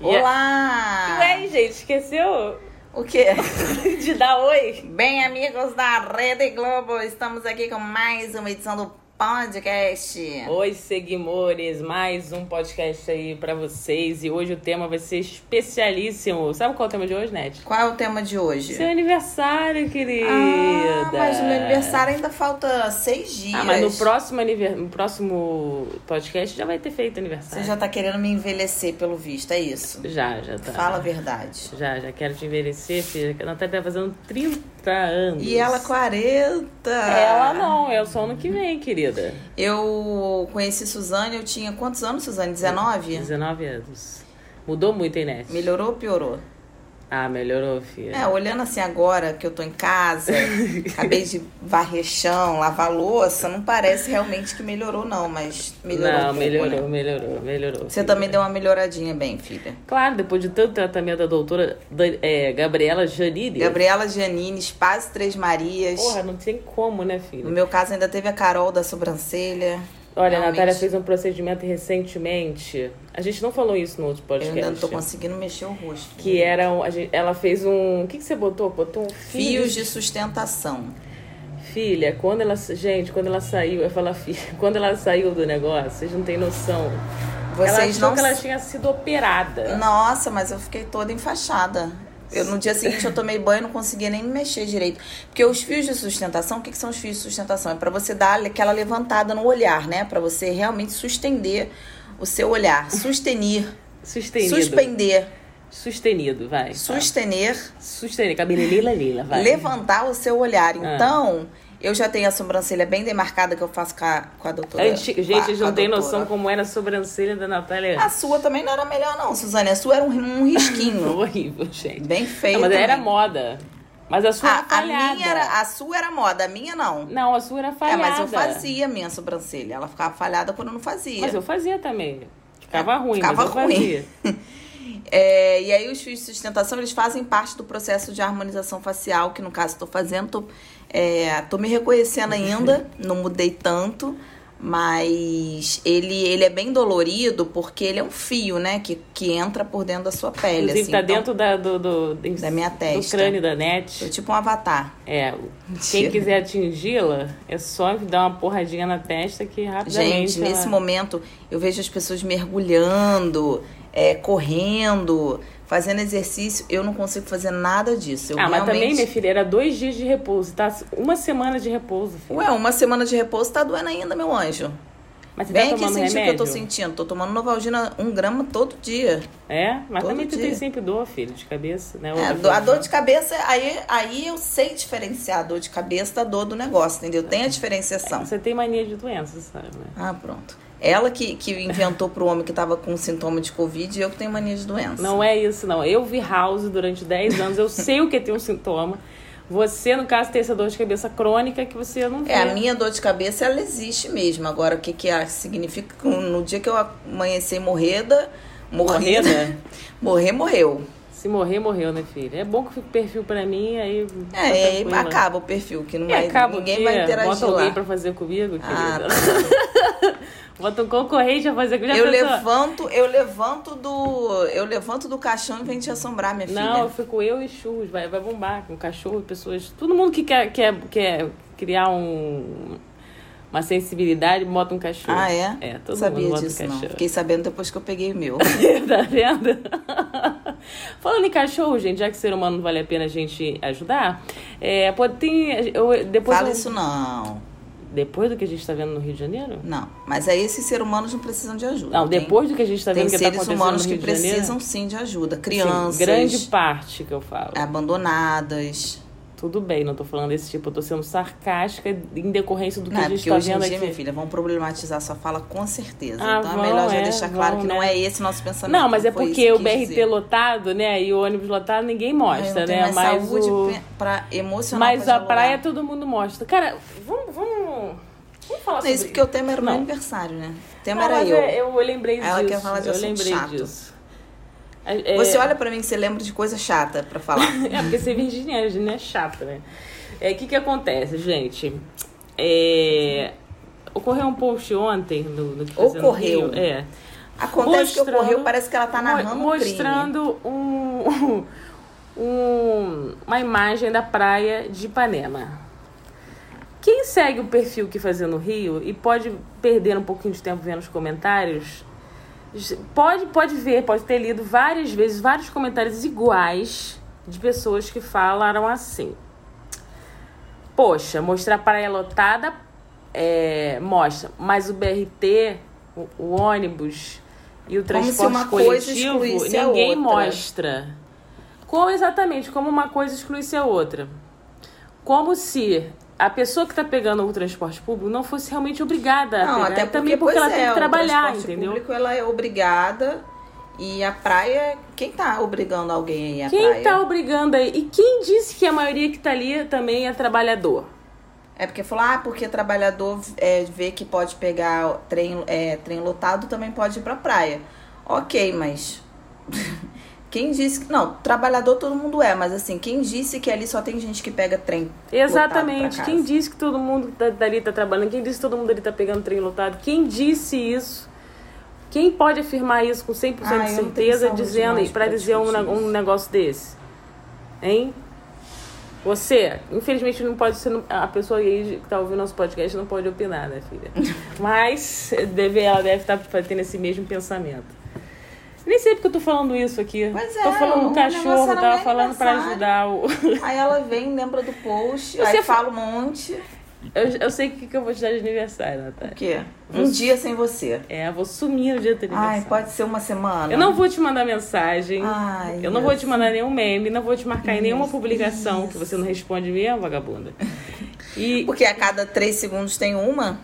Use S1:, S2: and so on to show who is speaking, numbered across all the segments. S1: Olá!
S2: Ué, é gente, esqueceu
S1: O quê?
S2: de dar oi?
S1: Bem, amigos da Rede Globo, estamos aqui com mais uma edição do podcast.
S2: Oi, seguimores, mais um podcast aí pra vocês e hoje o tema vai ser especialíssimo. Sabe qual é o tema de hoje, Net?
S1: Qual é o tema de hoje?
S2: Seu aniversário, querida.
S1: Ah, mas no meu aniversário ainda falta seis dias.
S2: Ah, mas no próximo aniver... no próximo podcast já vai ter feito
S1: Você
S2: aniversário.
S1: já tá querendo me envelhecer, pelo visto, é isso.
S2: já, já tá.
S1: Fala a verdade.
S2: Já, já quero te envelhecer, filha. que A Natália tá fazendo 30 anos.
S1: E ela 40.
S2: Ela não, é só ano que vem, querida.
S1: É. Eu conheci Suzane, eu tinha quantos anos, Suzane? 19?
S2: 19 anos. Mudou muito a internet.
S1: Melhorou ou piorou?
S2: Ah, melhorou, filha.
S1: É, olhando assim agora que eu tô em casa, acabei de varrer chão, lavar louça, não parece realmente que melhorou, não, mas melhorou. um
S2: Não,
S1: pouco, né?
S2: melhorou, melhorou, melhorou.
S1: Você
S2: filha.
S1: também deu uma melhoradinha bem, filha.
S2: Claro, depois de tanto tratamento da doutora da- é, Gabriela Janine.
S1: Gabriela Giannini, Espaço Três Marias.
S2: Porra, não tem como, né, filha?
S1: No meu caso, ainda teve a Carol da sobrancelha.
S2: Olha, a
S1: Realmente.
S2: Natália fez um procedimento recentemente. A gente não falou isso no outro
S1: Eu
S2: podcast.
S1: ainda não tô conseguindo mexer o rosto.
S2: Que era um, a gente- ela fez um. O que, que você botou? Botou um fio.
S1: Fios de sustentação.
S2: Filha, quando ela. Gente, quando ela saiu, eu ia falar, filha, quando ela saiu do negócio, vocês não têm noção. ela
S1: Vocês
S2: achou
S1: não
S2: que ela tinha sido operada.
S1: Nossa, mas eu fiquei toda enfaixada. Eu, no dia seguinte eu tomei banho e não conseguia nem me mexer direito. Porque os fios de sustentação, o que, que são os fios de sustentação? É pra você dar aquela levantada no olhar, né? Pra você realmente sustender o seu olhar. Sustenir.
S2: Sustenido.
S1: Suspender.
S2: Tá. Sustenido, vai.
S1: Sustener.
S2: Sustenido. Cabelo né? lila, lila, vai.
S1: Levantar o seu olhar.
S2: Ah.
S1: Então, eu já tenho a sobrancelha bem demarcada que eu faço com a, com a doutora.
S2: Anti...
S1: com a-
S2: É, Gente, eles
S1: com a
S2: não têm
S1: doutora. Ah.
S2: noção como era a sobrancelha da Natália.
S1: A sua também não era melhor, não, Suzane. A sua era um, um risquinho.
S2: Horrível, gente.
S1: bem feio.
S2: Não, mas era
S1: também.
S2: moda. Mas a sua era
S1: A, a
S2: falhada.
S1: minha era, a sua era moda, a minha não.
S2: Não, a sua era
S1: É,
S2: falhada.
S1: mas eu fazia a minha sobrancelha. Ela ficava falhada quando eu não fazia.
S2: Mas eu fazia também. Ficava ruim,
S1: É, Ficava
S2: mas eu
S1: ruim.
S2: fazia.
S1: É, e aí os fios de sustentação, eles fazem parte do processo de harmonização facial, que no caso estou fazendo, tô, é, tô me reconhecendo ainda, não mudei tanto, mas ele, ele é bem dolorido porque ele é um fio, né, que, que entra por dentro da sua pele.
S2: Inclusive,
S1: assim,
S2: tá
S1: então,
S2: dentro da, do, do- do-
S1: da minha testa.
S2: Do crânio da
S1: tô
S2: net.
S1: tipo um avatar.
S2: É. Quem
S1: Mentira.
S2: quiser atingi-la, é só dar uma porradinha na testa que rapidamente. né?
S1: Gente, nesse
S2: ela-
S1: momento eu vejo as pessoas mergulhando, é, correndo, fazendo exercício. Eu não consigo fazer nada disso. Eu
S2: ah, mas
S1: realmente...
S2: também, minha filha, era dois dias de repouso, tá? Uma semana de repouso, filha.
S1: Ué, uma semana de repouso tá doendo ainda, meu anjo.
S2: Mas você
S1: Vem
S2: tá
S1: aqui
S2: tomando
S1: sentir
S2: remédio?
S1: o que eu tô sentindo. Tô tomando Novalgina um grama todo dia.
S2: É? Mas
S1: Todo
S2: também tu
S1: dia.
S2: tem sempre dor, filho, de cabeça, né?
S1: É, a do- a dor de cabeça, aí, aí eu sei diferenciar a dor de cabeça da dor do negócio, entendeu? Tem a diferenciação.
S2: Você tem mania de doença, sabe? né?
S1: Ah, pronto. Ela que, que inventou pro homem que tava com sintoma de Covid e eu que tenho mania de doença.
S2: Não é isso, não. Eu vi House durante 10 anos, eu sei o que tem um sintoma. Você, no caso, tem essa dor de cabeça crônica que você não vê.
S1: É, a minha dor de cabeça, ela existe mesmo. Agora, o que, que ela significa? No dia que eu amanheci morreda, morrida,
S2: Morreda?
S1: morrer, morreu.
S2: Se morrer, morreu, né, filha? É bom que fique perfil pra mim, aí. tá
S1: É, e aí
S2: tranquila.
S1: acaba o perfil, que não
S2: E
S1: vai,
S2: acaba o
S1: ninguém
S2: dia,
S1: vai interagir
S2: Bota alguém
S1: lá.
S2: pra fazer comigo, querida.
S1: Ah,
S2: bota um concorrente a fazer comigo. Já
S1: Eu
S2: pensou?
S1: levanto, eu levanto do. Eu levanto do caixão e venho te assombrar, minha filha.
S2: Não, eu fico eu e churros, vai, vai bombar com cachorro, pessoas. Todo mundo que quer, quer, quer criar um, uma sensibilidade bota um cachorro.
S1: ah, é?
S2: É, todo
S1: Sabia
S2: mundo bota
S1: disso,
S2: um
S1: não.
S2: cachorro.
S1: Fiquei sabendo depois que eu peguei o meu.
S2: tá vendo? Falando em cachorro, gente, já que ser humano não vale a pena a gente ajudar, é, pode, tem, eu, depois,
S1: Fala
S2: eu-
S1: isso não.
S2: depois do que a gente tá vendo no Rio de Janeiro?
S1: Não. Mas aí esses seres humanos não precisam de ajuda.
S2: Não,
S1: tem-
S2: depois do que a gente tá
S1: Tem
S2: vendo que tá
S1: seres
S2: acontecendo
S1: humanos
S2: no
S1: que
S2: Rio de Janeiro.
S1: precisam sim de ajuda.
S2: assim,
S1: Crianças.
S2: grande parte que eu falo.
S1: abandonadas.
S2: Tudo bem, não tô falando desse tipo, eu tô sendo sarcástica em decorrência do que
S1: Não,
S2: a
S1: é
S2: gente
S1: porque
S2: tá
S1: hoje em
S2: vendo
S1: dia,
S2: aqui.
S1: minha filha, vão problematizar sua fala com certeza.
S2: Ah,
S1: então
S2: vão,
S1: é melhor já
S2: é,
S1: deixar claro
S2: vão,
S1: que não
S2: né?
S1: é esse nosso pensamento.
S2: Não, mas é
S1: foi isso
S2: porque
S1: que
S2: o
S1: quis
S2: BRT
S1: dizer.
S2: lotado, né? E o ônibus lotado, ninguém
S1: Aí
S2: mostra,
S1: não tem
S2: né?
S1: mais
S2: mas
S1: saúde
S2: o...
S1: pe- pra emocional.
S2: mas
S1: pra
S2: a
S1: dialogar.
S2: praia é todo mundo mostra. Cara, vamos. Vamos, vamos
S1: Não,
S2: falar
S1: é
S2: sobre
S1: isso porque o tema era o meu
S2: Não.
S1: aniversário, né? O
S2: Não,
S1: tema era
S2: mas
S1: eu.
S2: é, eu lembrei disso.
S1: Ela quer falar de
S2: eu
S1: assunto
S2: lembrei
S1: chato.
S2: disso. É, é-
S1: Você olha pra mim e você lembra de coisa chata pra falar.
S2: É, porque ser virginiana, virginiana é chata, né? É, o que que acontece, gente? É, ocorreu um post ontem no, no que fazendo
S1: Ocorreu.
S2: Rio, É.
S1: Acontece que ocorreu, parece que ela tá narrando um crime.
S2: mostrando um, um- uma imagem da praia de Ipanema. Quem segue o perfil que fazia no Rio e pode perder um pouquinho de tempo vendo os comentários, pode, pode ver, pode ter lido várias vezes vários comentários iguais de pessoas que falaram assim. Poxa, mostrar a praia lotada é, mostra, mas o BRT, o, o ônibus e o
S1: Como se
S2: transporte
S1: uma coisa
S2: coletivo,
S1: excluísse a
S2: ninguém
S1: outra.
S2: mostra. Como exatamente, como uma coisa excluísse a outra. Como se a pessoa que está pegando o transporte público não fosse realmente obrigada a
S1: Não,
S2: pegar.
S1: até porque,
S2: Né? também porque
S1: pois
S2: ela
S1: é,
S2: tem que
S1: o
S2: trabalhar,
S1: transporte
S2: entendeu?
S1: público ela é obrigada e a praia, quem tá obrigando alguém aí à
S2: Quem tá
S1: praia?
S2: está obrigando aí? E quem disse que a maioria que está ali também é trabalhador?
S1: É porque falou, ah, porque trabalhador é, vê que pode pegar trem, é, trem lotado, também pode ir pra praia. Ok, mas. quem disse que. Não, trabalhador todo mundo é, mas assim, quem disse que ali só tem gente que pega trem? lotado
S2: Exatamente.
S1: pra
S2: Quem
S1: casa?
S2: disse que todo mundo da- dali tá trabalhando? Quem disse que todo mundo ali tá pegando trem lotado? Quem disse isso? Quem pode afirmar isso com 100%
S1: Ah,
S2: de
S1: eu não tenho
S2: certeza
S1: saúde
S2: dizendo
S1: mais
S2: para
S1: pra
S2: dizer um,
S1: discutir
S2: ne- um
S1: isso.
S2: negócio desse? Hein? Você, infelizmente não pode ser a pessoa aí que tá ouvindo nosso podcast não pode opinar, né, filha? Mas deve, ela deve estar tendo esse mesmo pensamento. Nem sei porque eu tô falando isso aqui.
S1: Pois é,
S2: tô falando
S1: o
S2: do cachorro,
S1: negócio era
S2: tava
S1: meu
S2: falando pra
S1: aniversário.
S2: ajudar o
S1: Aí ela vem, lembra do post,
S2: Você
S1: aí
S2: fa-
S1: fala um monte.
S2: Eu, eu sei o que, que eu vou te dar de aniversário,
S1: O
S2: Natália.
S1: quê? Um dia sem você.
S2: É, eu vou sumir no dia do teu
S1: Ai,
S2: aniversário.
S1: pode ser uma semana.
S2: Eu não vou te mandar mensagem.
S1: Ai,
S2: eu não vou te mandar nenhum meme, não vou te marcar em nenhuma publicação que você não responde mesmo, vagabunda. E
S1: Porque a cada três segundos tem uma.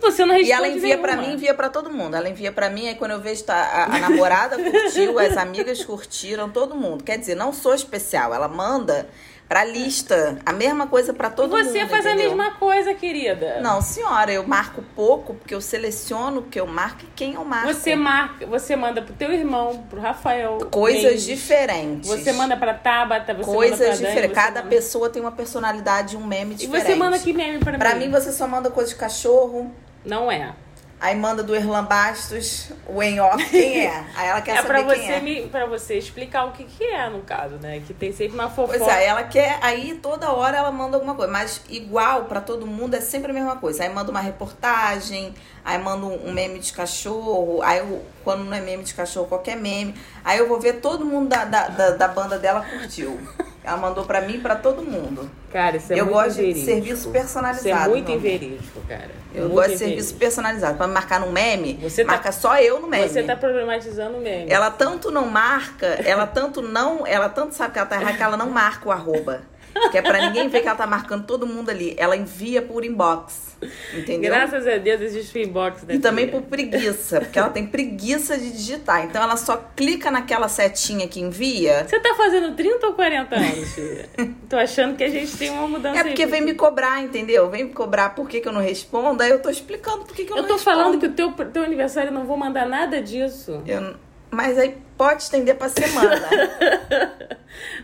S2: você não responde
S1: E ela envia pra
S2: nenhuma.
S1: mim, envia pra todo mundo. Ela envia pra mim, aí quando eu vejo tá, a, a namorada curtiu, as amigas curtiram, todo mundo. Quer dizer, não sou especial. Ela manda pra lista a mesma coisa pra
S2: E
S1: todo mundo.
S2: você faz
S1: entendeu?
S2: a mesma coisa, querida.
S1: Não, senhora, eu marco pouco, porque eu seleciono o que eu marco e quem eu marco.
S2: Você marca, você manda pro teu irmão, pro Rafael.
S1: Coisas
S2: Mendes.
S1: diferentes.
S2: Você manda pra Tabata, você manda pra
S1: coisas
S2: Dani,
S1: diferentes.
S2: você
S1: Cada
S2: manda-
S1: pessoa tem uma personalidade, um meme
S2: E
S1: diferente.
S2: você manda que meme pra,
S1: Pra mim, você só manda coisa de cachorro.
S2: Não é.
S1: Aí manda do Erlan Bastos, o em off, quem é? Aí ela quer
S2: é pra
S1: saber
S2: você
S1: quem é.
S2: me para você explicar o que que é no caso, né? Que tem sempre uma fofoca.
S1: Pois é, ela quer, aí toda hora ela manda alguma coisa, mas igual pra todo mundo é sempre a mesma coisa. Aí manda uma reportagem, aí manda um um meme de cachorro, aí eu- quando não é meme de cachorro, qualquer meme. Aí eu vou ver todo mundo da, da, da, da banda dela curtiu. Ela mandou pra mim e pra todo mundo.
S2: Cara, isso é
S1: eu
S2: muito
S1: gosto de
S2: inverídico.
S1: serviço
S2: Isso
S1: personalizado.
S2: é muito
S1: meu amor.
S2: inverídico, cara. É
S1: Eu
S2: Muito
S1: gosto de
S2: inverídico.
S1: serviço personalizado. Pra me marcar num meme,
S2: Você tá-
S1: marca só eu no meme.
S2: Você tá problematizando o meme.
S1: Ela tanto não marca, ela tanto não, ela tanto sabe que ela tá errada que ela não marca o arroba. Que é pra ninguém ver que ela tá marcando todo mundo ali. Ela envia por inbox. Entendeu?
S2: Graças a Deus existe o inbox da
S1: E também por
S2: filha.
S1: preguiça, porque ela tem preguiça de digitar. Então ela só clica naquela setinha que envia.
S2: Você tá fazendo 30 ou 40 anos, filha? Tô achando que a gente tem uma mudança
S1: É porque
S2: aí.
S1: vem me cobrar, entendeu? Vem me cobrar por que, que eu não respondo, aí eu tô explicando por que, que eu,
S2: Eu
S1: não
S2: tô
S1: respondo.
S2: falando que o teu, teu aniversário eu não vou mandar nada disso.
S1: Eu- Mas aí pode estender pra semana.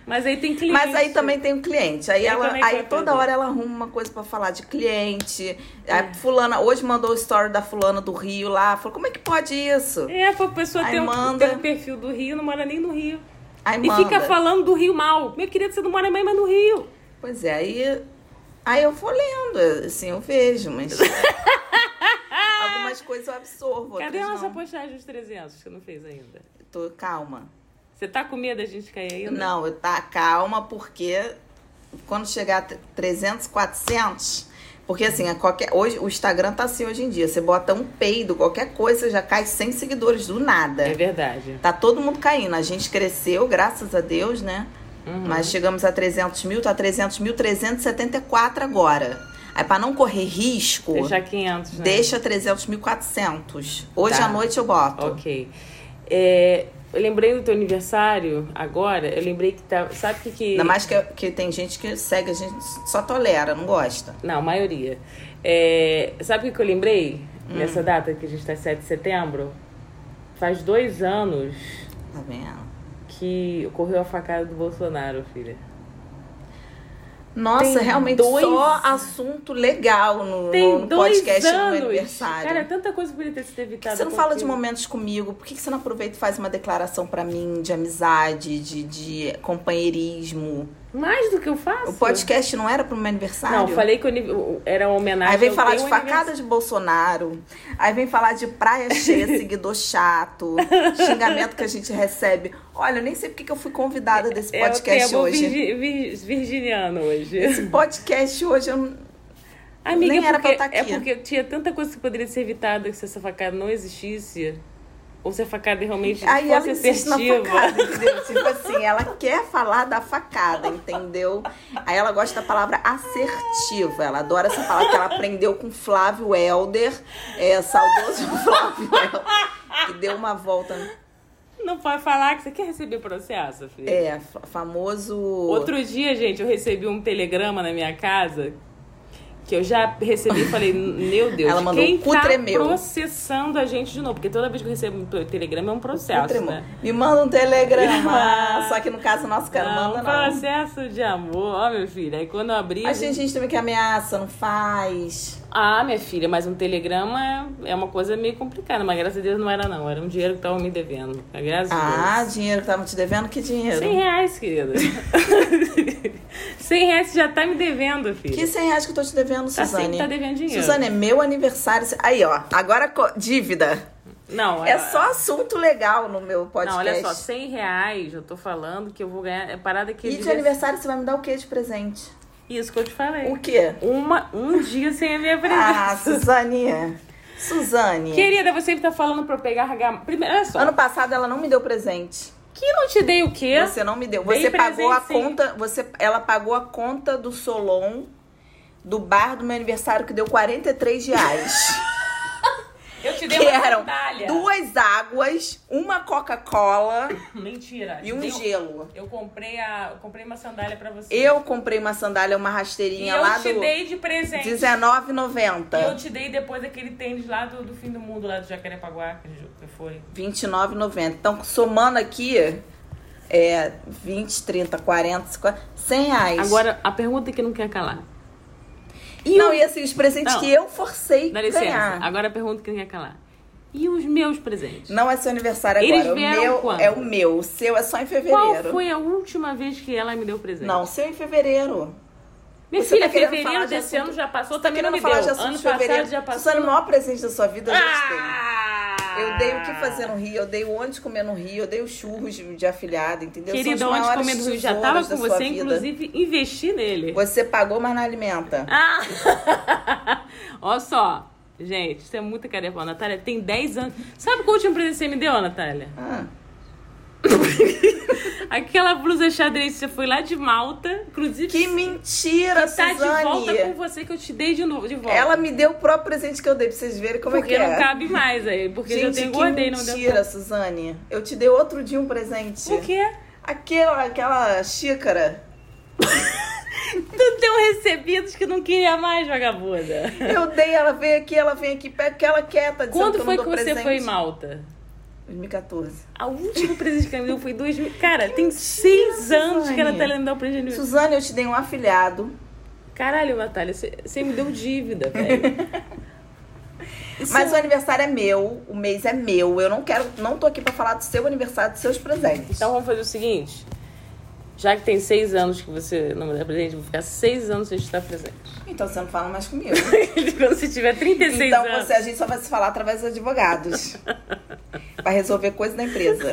S2: Mas aí tem cliente.
S1: Mas aí também tem o cliente. Aí,
S2: Ele
S1: ela,
S2: também
S1: aí
S2: quer
S1: toda
S2: fazer.
S1: hora ela arruma uma coisa pra falar de cliente.
S2: É.
S1: Aí fulana, hoje mandou o story da fulana do Rio lá. Falou, como é que pode isso?
S2: É, pra pessoa
S1: Aí
S2: ter um,
S1: manda.
S2: ter um perfil do Rio, não mora nem no Rio.
S1: Aí
S2: E
S1: manda.
S2: fica falando do Rio mal. Meu querido, você não mora mais, mas no Rio.
S1: Pois é, aí, aí eu vou lendo. Assim, eu vejo, mas... Algumas coisas eu absorvo,
S2: Cadê a
S1: outras não.
S2: nossa postagem dos 300 que você não fez ainda?
S1: Tô calma.
S2: Você tá com medo da gente cair ainda?
S1: Não, eu tá calma, porque quando chegar a tre- 300, 400... Porque assim, a qualquer, hoje, o Instagram tá assim hoje em dia. Você bota um peido, qualquer coisa, você já cai 100 seguidores do nada.
S2: É verdade.
S1: Tá todo mundo caindo. A gente cresceu, graças a Deus, né?
S2: Uhum.
S1: Mas chegamos a 300 mil, tá 300 mil, 374 agora. Aí pra não correr risco,
S2: Deixar 500, né?
S1: deixa 300 mil, 400. Hoje
S2: Tá.
S1: à noite eu boto.
S2: Ok. É, eu lembrei do teu aniversário agora. Eu lembrei que tá... Sabe o que que...
S1: Ainda mais que, que tem gente que segue, a gente só tolera, não gosta.
S2: Não, a maioria. É, sabe o que que eu lembrei?
S1: Hum.
S2: Nessa data que a gente tá 7 de setembro? Faz dois anos
S1: Tá vendo?
S2: que ocorreu a facada do Bolsonaro, filha.
S1: Nossa,
S2: Tem
S1: realmente
S2: dois-
S1: só assunto legal no,
S2: Tem
S1: no
S2: dois
S1: podcast
S2: anos.
S1: no aniversário.
S2: Cara, é tanta coisa que poderia ter sido
S1: Por que
S2: evitada.
S1: você não
S2: com
S1: fala de
S2: aquilo.
S1: momentos comigo? Por que que você não aproveita e faz uma declaração pra mim de amizade, de, de companheirismo?
S2: Mais do que eu faço?
S1: O podcast não era pro meu aniversário?
S2: Não, falei que o nive- o- era uma homenagem.
S1: Aí vem
S2: ao
S1: falar
S2: teu
S1: de facada de Bolsonaro. Aí vem falar de praia cheia, seguidor chato, xingamento que a gente recebe. Olha, eu nem sei porque que eu fui convidada desse
S2: É o
S1: podcast
S2: tema
S1: hoje.
S2: virgi- vir- virginiano hoje.
S1: Esse podcast hoje eu não-
S2: Amiga,
S1: Nem
S2: é
S1: era pra
S2: porque,
S1: eu tá
S2: é
S1: aqui.
S2: porque tinha tanta coisa que poderia ser evitada que se essa facada não existisse. Ou se a facada realmente
S1: Aí ela
S2: fosse
S1: insiste na
S2: assertiva.
S1: facada, entendeu? Tipo assim, ela quer falar da facada, entendeu? Aí ela gosta da palavra assertiva. Ela adora essa palavra que ela aprendeu com Flávio Helder. É, saudoso Flávio Helder. Que deu uma volta. no-
S2: Não pode falar que você quer receber processo, filho.
S1: É, fa- famoso.
S2: Outro dia, gente, eu recebi um telegrama na minha casa que eu já recebi e falei, meu Deus,
S1: Ela mandou,
S2: quem
S1: "O cu
S2: tá
S1: tremeu."
S2: processando a gente de novo? Porque toda vez que eu recebo um te- telegrama é um processo,
S1: Outro irmão.
S2: né?
S1: Me manda um telegrama. Só que no caso nosso cara
S2: Não,
S1: manda não.
S2: É um processo de amor, ó, meu filho. Aí quando eu abri.
S1: Mas tem gente também que ameaça, não faz.
S2: Ah, minha filha, mas um telegrama é é uma coisa meio complicada, mas graças a Deus não era, não. Era um dinheiro que estavam me devendo. Mas Graças a
S1: Ah,
S2: Deus.
S1: dinheiro que tava te devendo, que dinheiro?
S2: 100 reais, querida. 100 reais você já tá me devendo, filha.
S1: Que 100 reais que eu tô te devendo,
S2: Tá
S1: Suzane?
S2: sempre tá devendo dinheiro.
S1: Suzane, é meu aniversário. Aí, ó, agora co- dívida.
S2: Não,
S1: É
S2: ela-
S1: só assunto legal no meu podcast.
S2: Não, olha só, 100 reais eu tô falando que eu vou ganhar. É parada que. eu
S1: E de
S2: devia-
S1: aniversário você vai me dar o que de presente?
S2: Isso que eu te falei.
S1: O quê?
S2: Uma, um dia sem a minha
S1: Ah,
S2: presença.
S1: Suzane. Suzane.
S2: Querida, você sempre tá falando pra eu pegar. a- Primeiro, olha só.
S1: Ano passado ela Ah, não me deu presente.
S2: Que não te dei o quê?
S1: Você não me deu.
S2: Dei
S1: Você pagou a
S2: presente, sim.
S1: conta. Você, ela pagou a conta do Solon do bar do meu aniversário que deu 43 reais.
S2: Eu te dei
S1: que
S2: uma
S1: eram
S2: sandália.
S1: duas águas, uma Coca-Cola
S2: Mentira.
S1: e um
S2: Deu-
S1: gelo.
S2: Eu comprei a. eu comprei uma sandália pra você.
S1: Eu comprei uma sandália, uma
S2: e
S1: rasteirinha
S2: eu
S1: lá
S2: te
S1: do
S2: dei de presente. E eu
S1: 19,90.
S2: te dei depois aquele tênis lá do, do fim do mundo, lá do Jacarepaguá, que que foi.
S1: 29,90. Então, somando aqui, é 20, 30, 40, 50, 100 reais.
S2: Agora, a pergunta que não quer calar.
S1: não, e assim, os presentes
S2: Não.
S1: que eu forcei
S2: Dá licença.
S1: ganhar.
S2: Agora a pergunta que não quer calar. E os meus presentes?
S1: Não é seu aniversário agora.
S2: Eles
S1: o
S2: vieram
S1: meu
S2: quando?
S1: é o meu. O seu é só em
S2: Qual
S1: fevereiro.
S2: foi a última vez que ela me deu presente?
S1: Não, o seu é em fevereiro.
S2: Minha
S1: Você
S2: filha,
S1: tá querendo falar
S2: fevereiro
S1: de
S2: desse
S1: assunto-
S2: ano já passou,
S1: Você tá
S2: também não
S1: querendo
S2: me
S1: falar
S2: deu.
S1: de assunto
S2: ano
S1: de fevereiro.
S2: passado já passou.
S1: Suzane, o maior presente da sua vida eu já te dei.
S2: ah!
S1: Eu dei o que fazer no Rio, eu dei o onde comer no Rio, eu dei os churros de de afilhada, entendeu? São
S2: Querida,
S1: os
S2: onde
S1: um maiores
S2: comer do Rio já
S1: tesouros
S2: tava
S1: da
S2: com
S1: sua
S2: você,
S1: vida.
S2: inclusive investi nele.
S1: Você pagou, mas não alimenta.
S2: Ah! Olha Ah! só. Gente, isso é muito carefão. Natália tem 10 anos. Sabe qual último presente você me deu, Natália?
S1: Ah,
S2: Aquela blusa xadrez que você foi lá de Malta, inclusive.
S1: que mentira,
S2: tá de volta com
S1: Suzane!
S2: você que eu te dei de novo, de volta.
S1: Ela me deu o próprio presente que eu dei, pra vocês verem como
S2: porque
S1: é que é.
S2: não cabe mais aí, porque
S1: Gente,
S2: já tem
S1: que
S2: engordei, não deu.
S1: mentira, Suzane. Eu te dei outro dia um presente.
S2: Por quê?
S1: Aquela, aquela xícara.
S2: Tu deu recebidos que não queria mais, vagabunda.
S1: Eu dei, ela veio aqui, ela vem aqui, pega o que ela quer, tá dizendo que
S2: Quando
S1: eu
S2: foi
S1: não
S2: que
S1: dou
S2: você
S1: presente.
S2: foi em Malta?
S1: 2014.
S2: A última presente que ela me deu foi em 2000. Cara, tem seis anos que ela tá
S1: Suzane.
S2: lendo o presente. de
S1: Suzane, eu te dei um afilhado.
S2: Caralho, Natália, você você me deu dívida, velho. Isso
S1: Mas o
S2: é-
S1: aniversário é meu, o mês é meu. Eu não quero, não tô aqui pra falar do seu aniversário, dos seus presentes.
S2: Então vamos fazer o seguinte. Já que tem seis anos que você não me dá presente, eu vou ficar seis anos sem estar presente.
S1: Então você não fala mais comigo.
S2: Quando você tiver 36
S1: então
S2: anos.
S1: você, a gente só vai se falar através dos advogados. pra resolver coisa da empresa.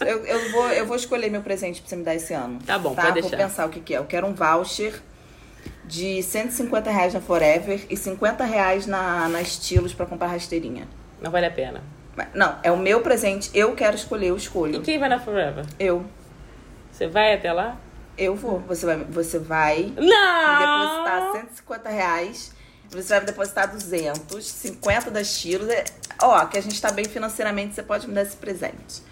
S1: Eu, eu vou, eu vou escolher meu presente pra você me dar esse ano.
S2: Tá bom,
S1: tá?
S2: pode
S1: Vou
S2: deixar.
S1: pensar o que, que é. Eu quero um voucher de 150 reais na Forever e 50 reais na, na Estilos pra comprar rasteirinha.
S2: Não vale a pena.
S1: Mas, não, é o meu presente. Eu quero escolher, eu escolho.
S2: E quem vai na Forever?
S1: Eu.
S2: Você vai até lá?
S1: Eu vou. Você vai, você vai me depositar
S2: Não!
S1: 150 reais. Você vai me depositar 200, 50 da Chilo. É- Ó, que a gente tá bem financeiramente, você pode me dar esse presente.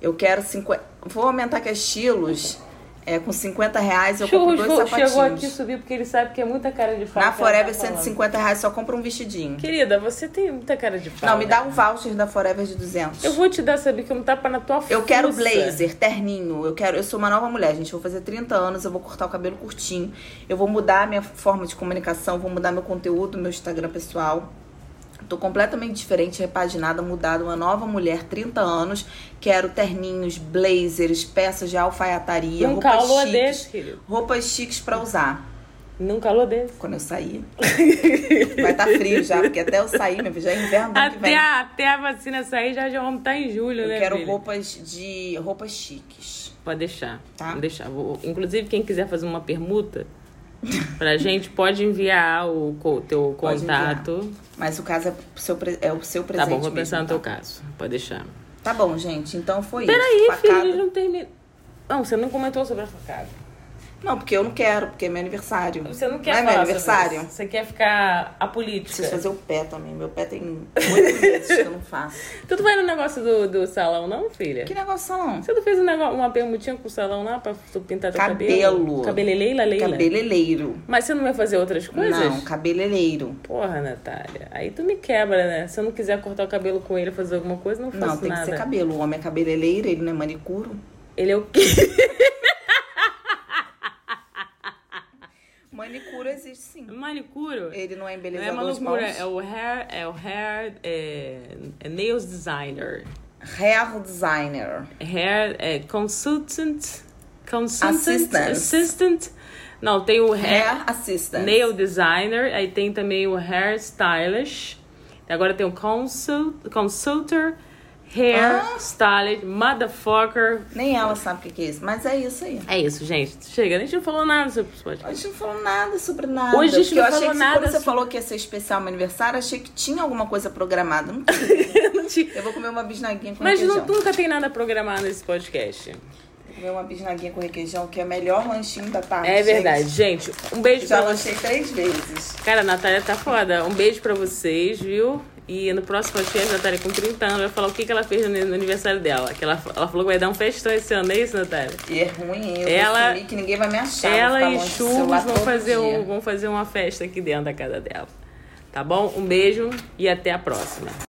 S1: Eu quero 50. Vou aumentar que as Chilos É, com 50 reais eu compro
S2: Churros
S1: dois
S2: vo-
S1: sapatinhos.
S2: chegou aqui subir porque ele sabe que é muita cara de pau.
S1: Na
S2: que ela tá
S1: Forever,
S2: falando.
S1: 150 reais só compra um vestidinho.
S2: Querida, você tem muita cara de pau.
S1: Não, me
S2: né?
S1: dá um voucher da Forever de 200.
S2: Eu vou te dar, sabe, que um tapa na tua
S1: Eu quero
S2: fuça.
S1: blazer, terninho. Eu quero, eu sou uma nova mulher, gente. Eu vou fazer 30 anos, eu vou cortar o cabelo curtinho. Eu vou mudar a minha forma de comunicação, vou mudar meu conteúdo, meu Instagram pessoal. Tô completamente diferente, repaginada, mudada, uma nova mulher, 30 anos. Quero terninhos, blazers, peças de alfaiataria,
S2: Num
S1: roupas
S2: Um calor
S1: chiques.
S2: desse, querido.
S1: Roupas chiques pra usar.
S2: Num calor desse.
S1: Quando eu sair, vai estar frio já, porque até eu sair, meu filho, já é inverno do ano que
S2: Até
S1: vem.
S2: a, até a vacina sair, já, já vamos estar em julho,
S1: Eu
S2: né,
S1: quero
S2: filha?
S1: roupas de roupas chiques.
S2: Pode deixar.
S1: Tá.
S2: Pode deixar. Vou- inclusive, quem quiser fazer uma permuta pra gente, pode enviar o co- teu
S1: Pode enviar.
S2: contato.
S1: Mas o caso é o seu, pre- é o seu
S2: Tá
S1: presente.
S2: bom, vou
S1: mesmo,
S2: pensar no
S1: tá?
S2: teu caso. Pode deixar.
S1: Tá bom, gente. Então foi
S2: Peraí,
S1: isso.
S2: filho,
S1: Facada.
S2: a gente não termina. Não, você não comentou sobre a facada.
S1: Não, porque eu não quero, porque é meu aniversário.
S2: Você não
S1: Não
S2: quer
S1: é meu
S2: falar
S1: aniversário?
S2: sobre isso. É. Você quer ficar
S1: Preciso
S2: apolítica.
S1: fazer o pé também. Meu pé tem oito meses que eu não faço.
S2: Tu não vai no negócio do, do salão, não, filha?
S1: Que negócio são?
S2: Você não fez um negócio, uma permutinha com o salão lá pra tu pintar teu cabelo?
S1: Cabelo.
S2: Cabeleleila, Leila?
S1: Cabeleleiro.
S2: Mas você não vai fazer outras coisas?
S1: Não, cabeleleiro.
S2: Porra, Natália. Aí tu me quebra, né? Se eu não quiser cortar o cabelo com ele, fazer alguma coisa, não faço
S1: Não, tem
S2: nada.
S1: que ser cabelo. O homem é cabeleireiro, ele não é manicuro.
S2: Ele é o quê?
S1: Manicuro existe sim.
S2: Manicuro?
S1: Ele não é
S2: Não é
S1: embelezador
S2: uma
S1: de mãos.
S2: loucura, é o hair, é o hair, é, é nails designer,
S1: Hair designer.
S2: hair é consultant, consultant,
S1: Assistant.
S2: assistant. Não, tem o hair,
S1: Hair assistant.
S2: É. nail designer, aí tem também o hair stylist, agora tem o consult, consultor, hair
S1: Ah.
S2: stylist, motherfucker.
S1: Nem ela sabe o que que é isso, mas é isso aí.
S2: É isso, gente. Chega, a gente não falou nada sobre isso.
S1: A gente não falou nada sobre nada.
S2: Hoje a gente
S1: Porque
S2: não
S1: eu achei
S2: falou
S1: que
S2: nada
S1: Quando você
S2: sobre-
S1: falou que ia ser especial meu aniversário, achei que tinha alguma coisa programada. Não tem. Eu vou comer uma bisnaguinha com
S2: Mas
S1: requeijão.
S2: não, nunca tem nada programado nesse podcast.
S1: Vou Comer uma bisnaguinha com requeijão, que é o melhor lanchinho da tarde.
S2: É
S1: gente.
S2: verdade, gente. Um beijo
S1: Já
S2: pra vocês.
S1: lanchei três vezes.
S2: Cara, a Natália tá foda. Um beijo pra vocês, viu? E no próximo podcast, a Natália com 30 anos vai falar o que, que ela fez no no aniversário dela. Que ela, ela falou que vai dar um festão esse ano, é isso, Natália?
S1: E é ruim, eu
S2: Ela-
S1: ela... assumi que ninguém vai me achar. Tá, vou
S2: ela
S1: ficar
S2: e
S1: longe do
S2: Churros
S1: celular
S2: vão
S1: todo
S2: fazer,
S1: dia.
S2: um, vão fazer uma festa aqui dentro da casa dela. Tá bom? Um beijo e até a próxima.